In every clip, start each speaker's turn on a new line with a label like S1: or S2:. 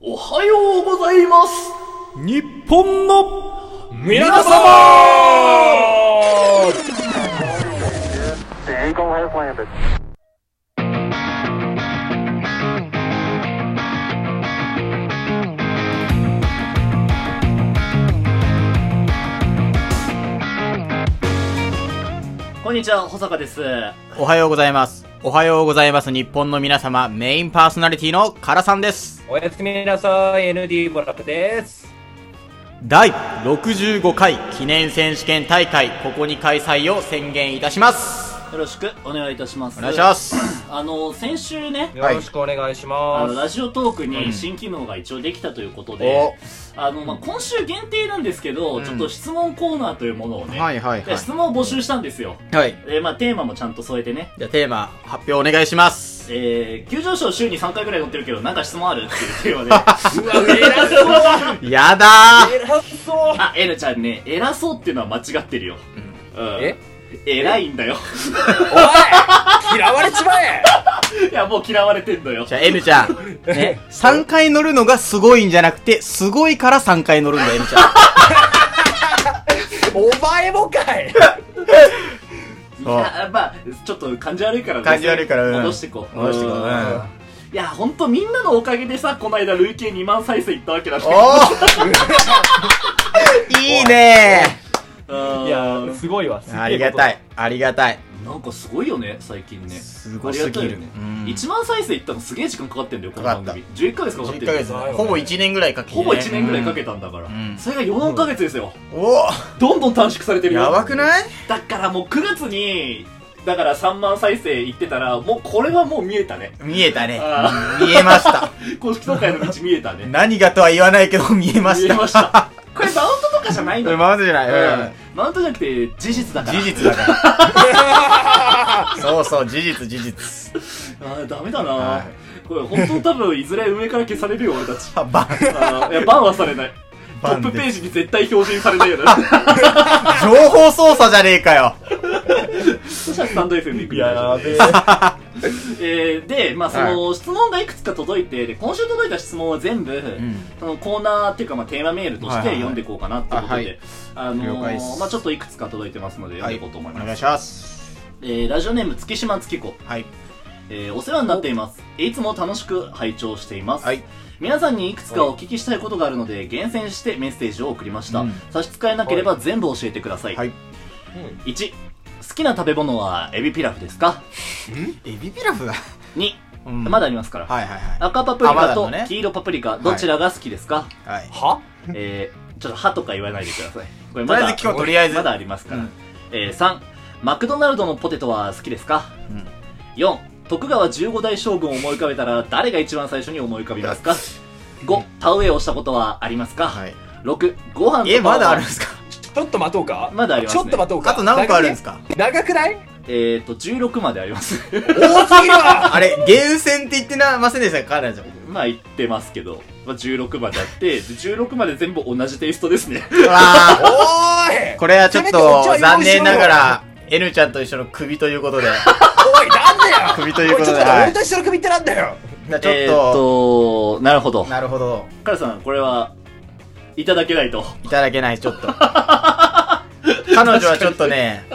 S1: おはようございます
S2: 日本の
S1: 皆
S2: 様
S3: The Eagle has landed.
S1: こんにちは、保坂です。
S2: おはようございます。おはようございます。日本の皆様、メインパーソナリティのカラさんです。
S4: おやすみなさい、ND ボラップです。
S2: 第65回記念選手権大会、ここに開催を宣言いたします。
S1: よろしくお願いいたします。
S2: お願いしま。す。
S1: あの、先週ね、
S4: よろしくお願いし
S1: あ
S4: ま
S1: の
S4: す。
S1: ラジオトークに新機能が一応できたということで、あの、まあ、今週限定なんですけど、ちょっと質問コーナーというものをね、
S2: はいはいはい
S1: 質問を募集したんですよ。
S2: はい。
S1: で、まあ、テーマもちゃんと添えてね、
S2: じゃあテーマ、発表お願いします。
S1: えー、急上昇週に3回ぐらい載ってるけど、なんか質問あるっていうテーマで、
S4: うわ、偉そう
S2: やだ
S4: 偉そう
S1: あ、エルちゃんね、偉そうっていうのは間違ってるよ。うん
S4: え
S1: 偉いんだよ。
S4: おい嫌われちまえ
S1: いや、もう嫌われてんのよ
S2: ー。じゃあ N ちゃん、ね、3回乗るのがすごいんじゃなくて、すごいから3回乗るんだ、N ち ゃん。
S4: お前もかい
S1: い
S2: そう
S1: や、まあ、ちょっと感じ悪いからね
S2: 感じ悪いからうん
S1: 戻してこう。
S2: 戻してこううん
S1: いや、ほんとみんなのおかげでさ、この間累計2万再生いったわけだし。
S2: お いいね
S1: うん
S4: いや、すごいわ。すげえこと
S2: ありがた。い、ありがたい。
S1: なんかすごいよね、最近ね。
S2: すごすぎる
S1: ありがたいよね
S2: うん
S1: 1万再生いったのすげえ時間かかってんだよ、この番組
S2: か。
S1: 11ヶ月かかって
S2: 1
S1: る
S2: ヶ月
S4: だよね
S2: ほぼ1年ぐらいかけてね
S1: ほぼ1年ぐらいかけたんだから。
S2: ん
S1: それが4ヶ月ですよ。
S2: お
S1: どんどん短縮されて
S2: お
S1: るよ。
S2: やばくない
S1: だからもう9月に、だから3万再生いってたら、もうこれはもう見えたね。
S2: 見えたね
S1: あ。
S2: 見えました。
S1: 公式総会の道見えたね。
S2: 何がとは言わないけど、見えまし
S1: 見え
S2: た。
S1: ました。 これマウントとかじゃないの
S2: 今
S1: よ
S2: までじゃない。うん
S1: うんマウントじゃなくて事実だから
S2: 事実だ から。そうそう、事実、事実。
S1: あーダメだな、
S2: は
S1: これ本当多分いずれ上から消されるよ俺た ち
S2: あバン、
S1: あーいやバンはされないト
S2: バン
S1: ッ
S2: で
S1: プページに絶対表示にさ れないよな
S2: 情報操作じゃねえかよ。
S1: そしたらスタンド FM 行くよ
S4: やべえ。
S1: えー、で、まあ、その、質問がいくつか届いて、で、今週届いた質問は全部、
S2: ん
S1: そのコーナーっていうか、まあ、テーマメールと
S2: はい
S1: し
S2: はい
S1: て
S2: はい
S1: 読んでいこうかなってことで、
S2: あはい
S1: あのー
S2: 了解です
S1: まあ、ちょっといくつか届いてますので、
S2: は
S1: 読んでいこうと思い
S2: お
S1: ます。
S2: 願いします。
S1: えー、ラジオネーム、月島月子。
S2: はい。
S1: えーお世話になっています。いつも楽しく拝聴しています。
S2: はい
S1: 皆さんにいくつかお聞きしたいことがあるので、厳選してメッセージを送りました。
S2: うん
S1: 差し支えなければ全部教えてください。
S2: はい。
S1: 1、好きな食べ物はエビピラフですか
S2: エビピラフだ。
S1: ?2、
S2: うん
S1: まだありますから。
S2: はいはいはい。
S1: 赤パプリ
S2: あま
S1: カ
S2: だあるの
S1: と
S2: ね
S1: 黄色パプリカ、どちらが好きですか、
S2: はい。
S4: は
S1: えー、ちょっと歯とか言わないでください。 これ
S2: とりあえず今日とりあえず
S1: まだありますから。
S2: うん
S1: えー、3、マクドナルドのポテトは好きですか、
S2: ん
S1: ?4、徳川15代将軍を思い浮かべたら誰が一番最初に思い浮かびますか ?5、田植えをしたことはありますか、
S2: はい。
S1: ?6、ご飯と
S2: え、
S1: パンは
S2: まだあるんですか
S4: ちょっと待とうか
S1: まだありますね
S4: ちょっと待とうか
S2: あと何個あるんですか
S4: 長くない
S1: えーと、16まであります。
S4: 長くない多すぎるわ
S2: あれ、ゲーセンって言ってなませんでしたかカラちゃん。
S1: まあ言ってますけど、まあ、16まであって、で16まで全部同じテイストです ね。
S2: わー
S4: おーい
S2: これはちょっ
S4: せめ
S2: と
S4: て
S2: 残念ながら、N ちゃんと一緒の首という ことで。
S4: おい、なんだよ
S2: 首ということで
S4: おちょっ
S2: はい
S4: 俺と一緒の首ってなんだよ
S2: ちょっと、
S1: えーと、なるほど。
S2: なるほど。
S1: カラさん、これは、いただけないと。
S2: いただけない、ちょっと。 彼女はちょっとね、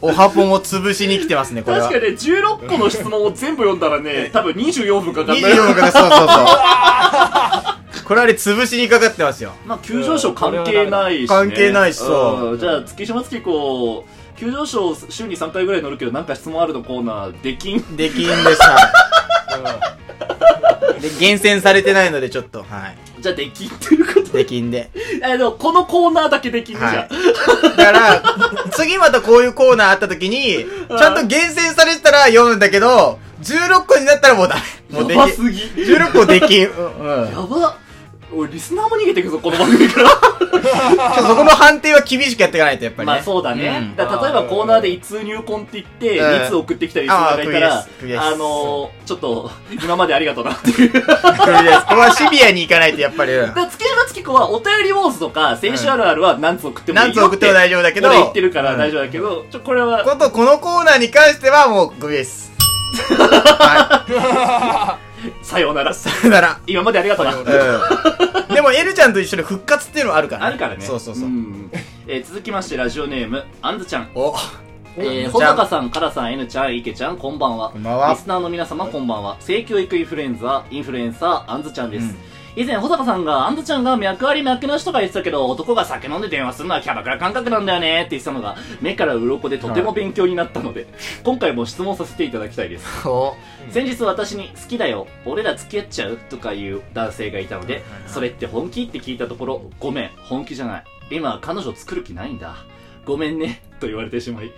S2: おはぽんを潰しに来てますね、これ
S1: 確
S2: は
S1: か。にね、16個の質問を全部読んだらね、多分24分かかんない。
S2: 24から そうそうそう。これあれ潰しにかかってますよ。
S1: まあ、急上昇関係ないし、ね。
S2: 関係ないしそうん
S1: じゃあ、月島月子、急上昇週に3回ぐらい乗るけど、なんか質問あるのコーナー、できん。
S2: できんで した。で、厳選されてないので、ちょっと、はい。
S1: じゃあ、できんっていうこと
S2: できんで。
S1: え、でも、このコーナーだけできんじゃん。
S2: はい。だから、次またこういうコーナーあった時に、ちゃんと厳選されてたら読むんだけど、16個になったらもうダメ。もうで
S1: や
S2: き
S1: ばすぎ。
S2: 16個できん。うん。うん
S1: やば。俺、リスナーも逃げてくぞ、この番組から。
S2: ちょっとそこの判定は厳しくやっていかないと、やっぱりね。
S1: まあそうだね。
S2: ん
S1: だから例えばコーナーで一通入魂って言って、
S2: うん
S1: 二通送ってきたりするのがいたら、
S2: あー悔しいです
S1: あのー、ちょっと、今までありがとうなっていう。 だか
S2: これですここはシビアにいかないと、やっぱり。
S1: ら月島月子はお便りウォーズとか、選手あるあるは何通送ってもいいよ
S2: 何つ送っても大丈夫だけど。
S1: 俺言ってるから大
S2: 丈
S1: 丈夫だけど、ちょ、これは、
S2: こと、このコーナーに関してはもう、グビです。は
S1: さようなら。
S2: さよなら。
S1: 今まであり がとうな。
S2: うん。でも、エルちゃんと一緒に復活っていうのはあるから
S1: あるからね。
S2: そうそうそう。
S1: んえー続きまして、ラジオネーム、あんずちゃん。
S2: お、
S1: えー、
S2: こ
S1: ほ
S2: んばんは
S1: のかさん、からさん、えぬちゃん、いけちゃん、こんばんは。
S2: こんばんは
S1: リスナーの皆様、こんばんは。性教育インフルエンザ、インフルエンサー、あんずちゃんです。
S2: うん
S1: 以前、保坂さんが、あんずちゃんが脈あり脈なしとか言ってたけど、男が酒飲んで電話するのはキャバクラ感覚なんだよねって言ってたのが、目から鱗でとても勉強になった ので、今回も質問させていただきたいです。
S2: お、
S1: 先日私に「好きだよ俺ら付き合っちゃう?」とかいう男性がいたので「それって本気?」って聞いたところ「ごめん本気じゃない今彼女作る気ないんだごめんね」と言われてしまい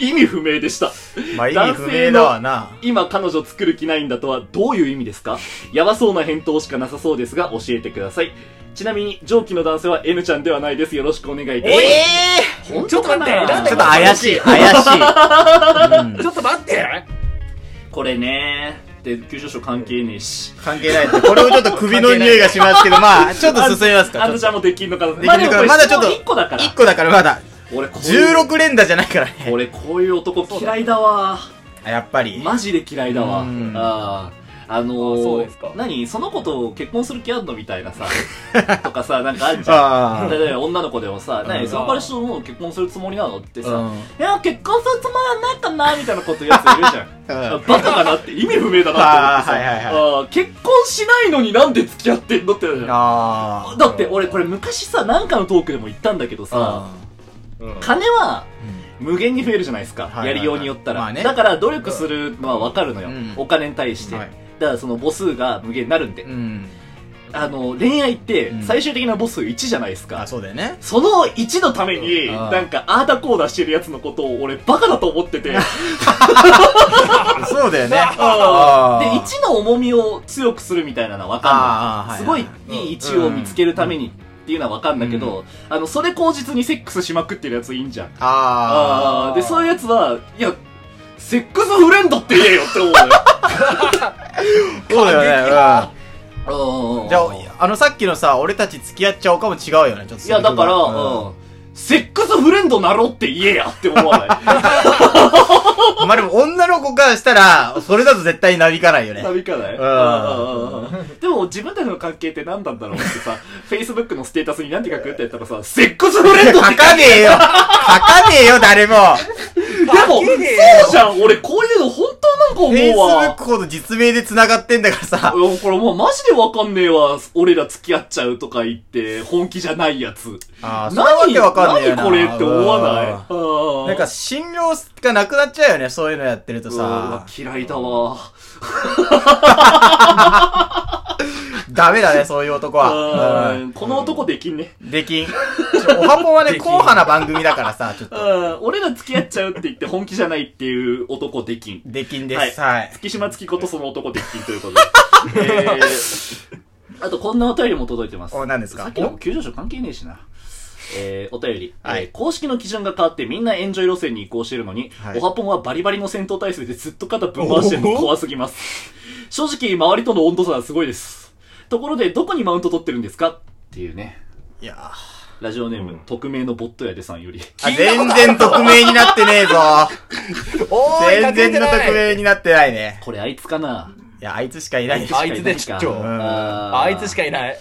S1: 意味不明でした
S2: まあ、意味不明だわな。
S1: 今彼女作る気ないんだとはどういう意味ですかやばそうな返答しかなさそうですが教えてくださいちなみに上記の男性は N ちゃんではないですよろしくお願いいたし
S2: え
S1: ま
S2: え
S1: す本
S4: ちょっと待って
S2: ー、ちょっと怪しい、怪し い。うん
S4: ちょっと待って
S1: これねで急上昇関係ねえし
S2: 関係ないです。これもちょっと首の匂いがしますけど、まあ、ちょっと進めますか。
S1: あんずちゃんもできんのかな
S2: できんのかなまだちょっと
S1: 1個だから
S2: 1個だからまだ、
S1: 俺こういう
S2: 16連打じゃないからね。
S1: 俺こういう男嫌いだわ
S2: あやっぱり。
S1: マジで嫌いだわ
S2: うん
S1: あーあのー、
S4: あそうですか
S1: 何その子と結婚する気あんのみたいなさとかさなんかあんじゃん
S2: あ
S1: で女の子でもさ
S2: うん
S1: 何その彼氏ともう結婚するつもりなのって
S2: あ。
S1: さ、
S2: うん。
S1: いや結婚するつもりはないかなみたいなこと言うやついるじゃん
S2: うん
S1: バカだなって意味不明だなって思ってさ
S2: あーはいはいはい
S1: あー結婚しないのになんで付き合ってんのってなるじゃん
S2: あ
S1: だって俺これ昔さなんかのトークでも言ったんだけどさ
S2: あ。
S1: 金は
S2: うん
S1: 無限に増えるじゃないですか、
S2: いはいはい
S1: やりようによったら、
S2: まあね
S1: だから努力するのは分かるのよ、
S2: うん
S1: お金に対して、
S2: はい
S1: だからその母数が無限になるんで、
S2: うん。
S1: あの恋愛って
S2: うん
S1: 最終的な母数1じゃないですか、
S2: あ、そうだよね。
S1: その1のために、
S2: うん
S1: なんか、ああだこうだしてるやつのことを俺バカだと思ってて、で、
S2: そうだよね。あー
S1: 1の重みを強くするみたいなのはわか
S2: あ
S1: んな。
S2: ーはいい
S1: すごいいい1を見つけるためにっていうのはわかんだけど、あの、それ口実にセックスしまくってるやついいんじゃん。
S2: あ
S1: あーで、そういうやつは、いや、セックスフレンドって言えよって 思う
S2: あ。そうだよね。
S1: よ
S2: う。
S1: うんん。
S2: じゃあ、あのさっきのさ、俺たち付き合っちゃおうかも違うよね。ちょっと
S1: いや、だから、
S2: うん
S1: うん。セックスフレンドなろって言えやって思わない。
S2: まあでも女の子からしたら、それだと絶対なびかないよね。
S1: なびかない
S2: うん
S1: うんうんうんでも、自分たちの関係って何なんだろうってさ、Facebook のステータスに何て書くってやったらさ、セックスフレンド
S2: 書
S1: って
S2: かねえよ書かねえよ、誰も
S1: でも、
S4: 書けねえよ
S1: そうじゃん俺こういうの本当なんか思うわ。
S2: !Facebook ほど実名で繋がってんだからさ。
S1: うんこれもうマジでわかんねえわ。俺ら付き合っちゃうとか言って、本気じゃないやつ。
S2: あーそれわ
S1: 何
S2: けわかんねえよな
S1: 何これって思わない
S2: うん
S1: うん
S2: なんか信用がなくなっちゃうよね、そういうのやってるとさ。
S1: うん嫌いだわ。
S2: ダメだね、そういう男は。
S1: う
S2: うん
S1: んこの男できんね。
S2: できん。ちょおはぽんはね、
S4: できん
S2: 硬派な番組だからさ、ちょっ
S1: う
S2: と。
S1: ん、俺ら付き合っちゃうって言って本気じゃないっていう男できん。
S2: できんです。はい。
S1: 月島月子とその男できんということで。 えー、あとこんなお便りも届いてます。
S2: お何ですか
S1: さっきの急上昇関係ねえしな。えー、お便り、
S2: は
S1: え
S2: い
S1: ー公式の基準が変わってみんなエンジョイ路線に移行してるのに、
S2: はい
S1: おはぽんはバリバリの戦闘態勢でずっと肩ぶん回してるの怖すぎます。正直、周りとの温度差がすごいです。ところで、どこにマウント取ってるんですかっていうね。
S2: いやーあ
S1: ラジオネーム、匿名のボットやでさんより。
S2: 全然匿名になってね えぞ。
S4: おー
S2: 全
S4: い
S2: 然
S4: 隠れて
S2: の
S4: ない
S2: 匿名になってないね。
S1: これあいつかない
S2: や、あいつしかいないでしょ。
S4: あいつで出
S1: う
S2: うん。
S4: 張
S1: あー
S4: あいつしかいない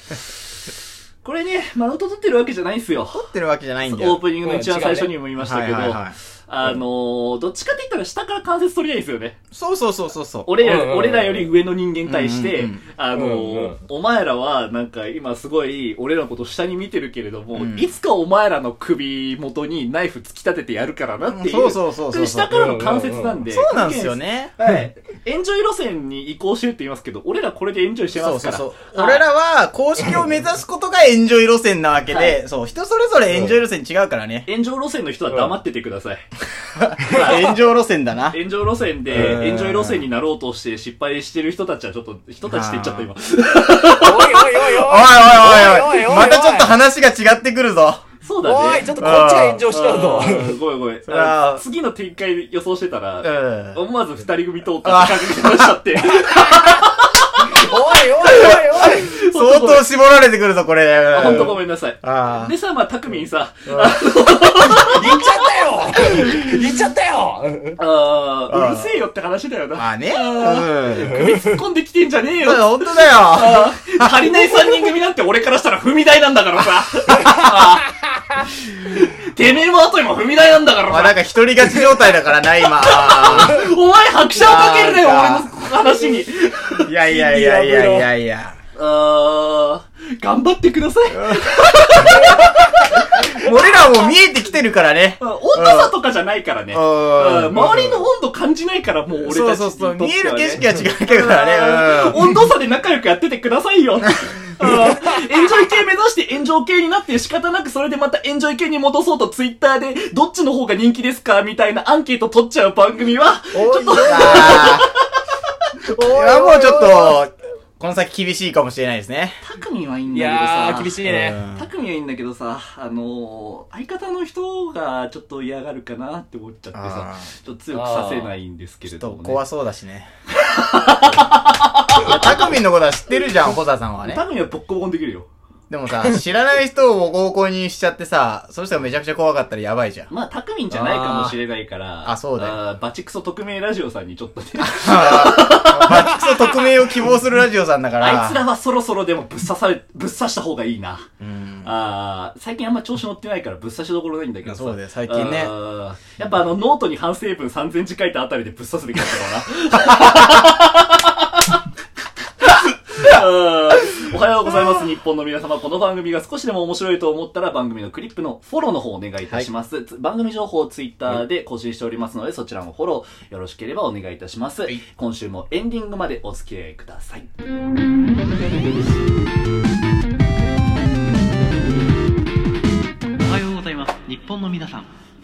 S1: これね、マウント取ってるわけじゃないんすよ。
S2: 撮ってるわけじゃない
S1: オ
S2: んだよ。
S1: ープニングの一番最初にも言いましたけど
S2: はいはいはい、
S1: あのー、どっちかって言ったら下から関節取りたいんですよね。
S2: そうそうそうそうそう。
S1: 俺
S4: うんうんう
S1: ら、
S4: ん
S1: 俺らより上の人間に対して
S2: うんうんうん、
S1: あの
S4: うんう
S1: ー
S4: ん、
S1: お前らはなんか今すごい俺らのこと下に見てるけれども
S2: う、ん
S1: いつかお前らの首元にナイフ突き立ててやるからなっていう。
S2: そうそうそうそうそ
S1: これ下
S2: う
S1: からの関節なんで。
S2: そうなんですよね。
S1: はい。エンジョイ路線に移行してるって言いますけど、俺らこれでエンジョイして
S2: そ
S1: ま
S2: う
S1: す
S2: そ
S1: か
S2: う
S1: ら。
S2: そう。俺らは公式を目指すことがエンジョイ路線なわけ
S1: は
S2: で、そう、人それぞれエンジョイ路線違うから ね。
S1: 炎上路線の人は黙っててください。
S2: 炎上路線だ な。
S1: 炎上路線
S2: う
S1: で、
S2: ん
S1: 炎上路線になろうとして失敗してる人たちはちょっと、人たちって言っちゃった今。
S4: おいおいおいお
S2: おい
S4: い
S2: おいおいおいまたちょっと
S4: 話
S2: 話が違ってくるぞ。
S1: そうだね。
S4: おいちょっとこっちが炎上しとるぞ
S1: あーごめんごめん。
S2: それは
S1: あの次の展開予想してた
S2: う
S1: ら、
S2: ん。
S1: 思わず二人組通ったって感じがしちゃって。
S4: おいおいおいおい
S1: ほんとご
S2: 相
S1: めん
S2: 当絞られてくるぞ、これ。
S1: あほんとご
S2: ん。
S1: めんなさい。
S2: あ
S1: でさ、まあ、たくみにさ、
S4: 言っちゃったよ言っちゃったよ
S1: あ
S2: あ
S1: ー
S2: ー
S1: うるせえよって話だよ
S2: あ。ま
S1: な。
S2: あね。
S1: あ
S2: うん。
S1: 首突っ込んできてんじゃねえよ。
S2: まあ本当だ よ。
S1: あー足りない3人組なんて俺からしたら踏み台なんだからさ。あーてめえも後にも踏み台なんだから
S2: まあなん
S1: さ。
S2: か一人勝ち状態だからな、今。
S1: お前拍車をかけるなよ、俺
S2: なん
S1: の話に。
S2: いやいやいやいやいやいや。
S1: あー頑張ってください。
S2: 俺らもう見えてきてるからね。
S1: 温度差とかじゃないからね。
S2: うん
S1: うん周りの温度感じないから、もう俺たち
S2: そうそうそう。見える景色が違う
S1: が
S2: からね。
S1: 温度差で仲良くやっててください よ。うんエンジョイ系目指してエンジョイ系になって仕方なくそれでまたエンジョイ系に戻そうとツイッターでどっちの方が人気ですかみたいなアンケート取っちゃう番組は、ちょっと、
S2: うん。これはもうちょっと、この先厳しいかもしれないですね。
S1: たくみはいいん
S4: い
S1: だけど
S4: や
S1: さ
S4: ー、。厳しいうね。
S2: ん
S1: たくみはいいんだけどさ、あのー、相方の人がちょっと嫌がるかなって思っちゃってさ
S2: あ、
S1: ちょっと強くさせないんですけれ
S2: ちょ
S1: ど
S2: っ
S1: も
S2: と
S1: ね。
S2: 怖そうだしね。いやタクミンのことは知ってるじゃん、ホザさんはね。
S1: たくみはボッコボコにできるよ。
S2: でもさ、知らない人を合コンにしちゃってさ、その人がめちゃくちゃ怖かったらやばい じゃん。
S1: まあ、たくみんじゃないかもしれないから。
S2: あーあそうだよ
S1: あーバチクソ匿名ラジオさんにちょっとね。
S2: マックス匿名を希望するラジオさんだから。
S1: あいつらはそろそろでもぶっ刺され、ぶっ刺した方がいいな。
S2: うん。
S1: あー最近あんま調子乗ってないからぶっ刺しどころないんだけどさ。
S2: そうだよ最近ね
S1: あーやっぱあの、ノートに反省文3000字書いたあたりでぶっ刺すべきだったからな。あーおはようございます、日本の皆様。この番組が少しでも面白いと思ったら番組のクリップのフォローの方をお願いいたします。つ番組情報をツイッターで更新しておりますので、そちらもフォローよろしければお願いいたします。
S2: い
S1: 今週もエンディングまでお付き合いください。おはようございます。日本の皆さん。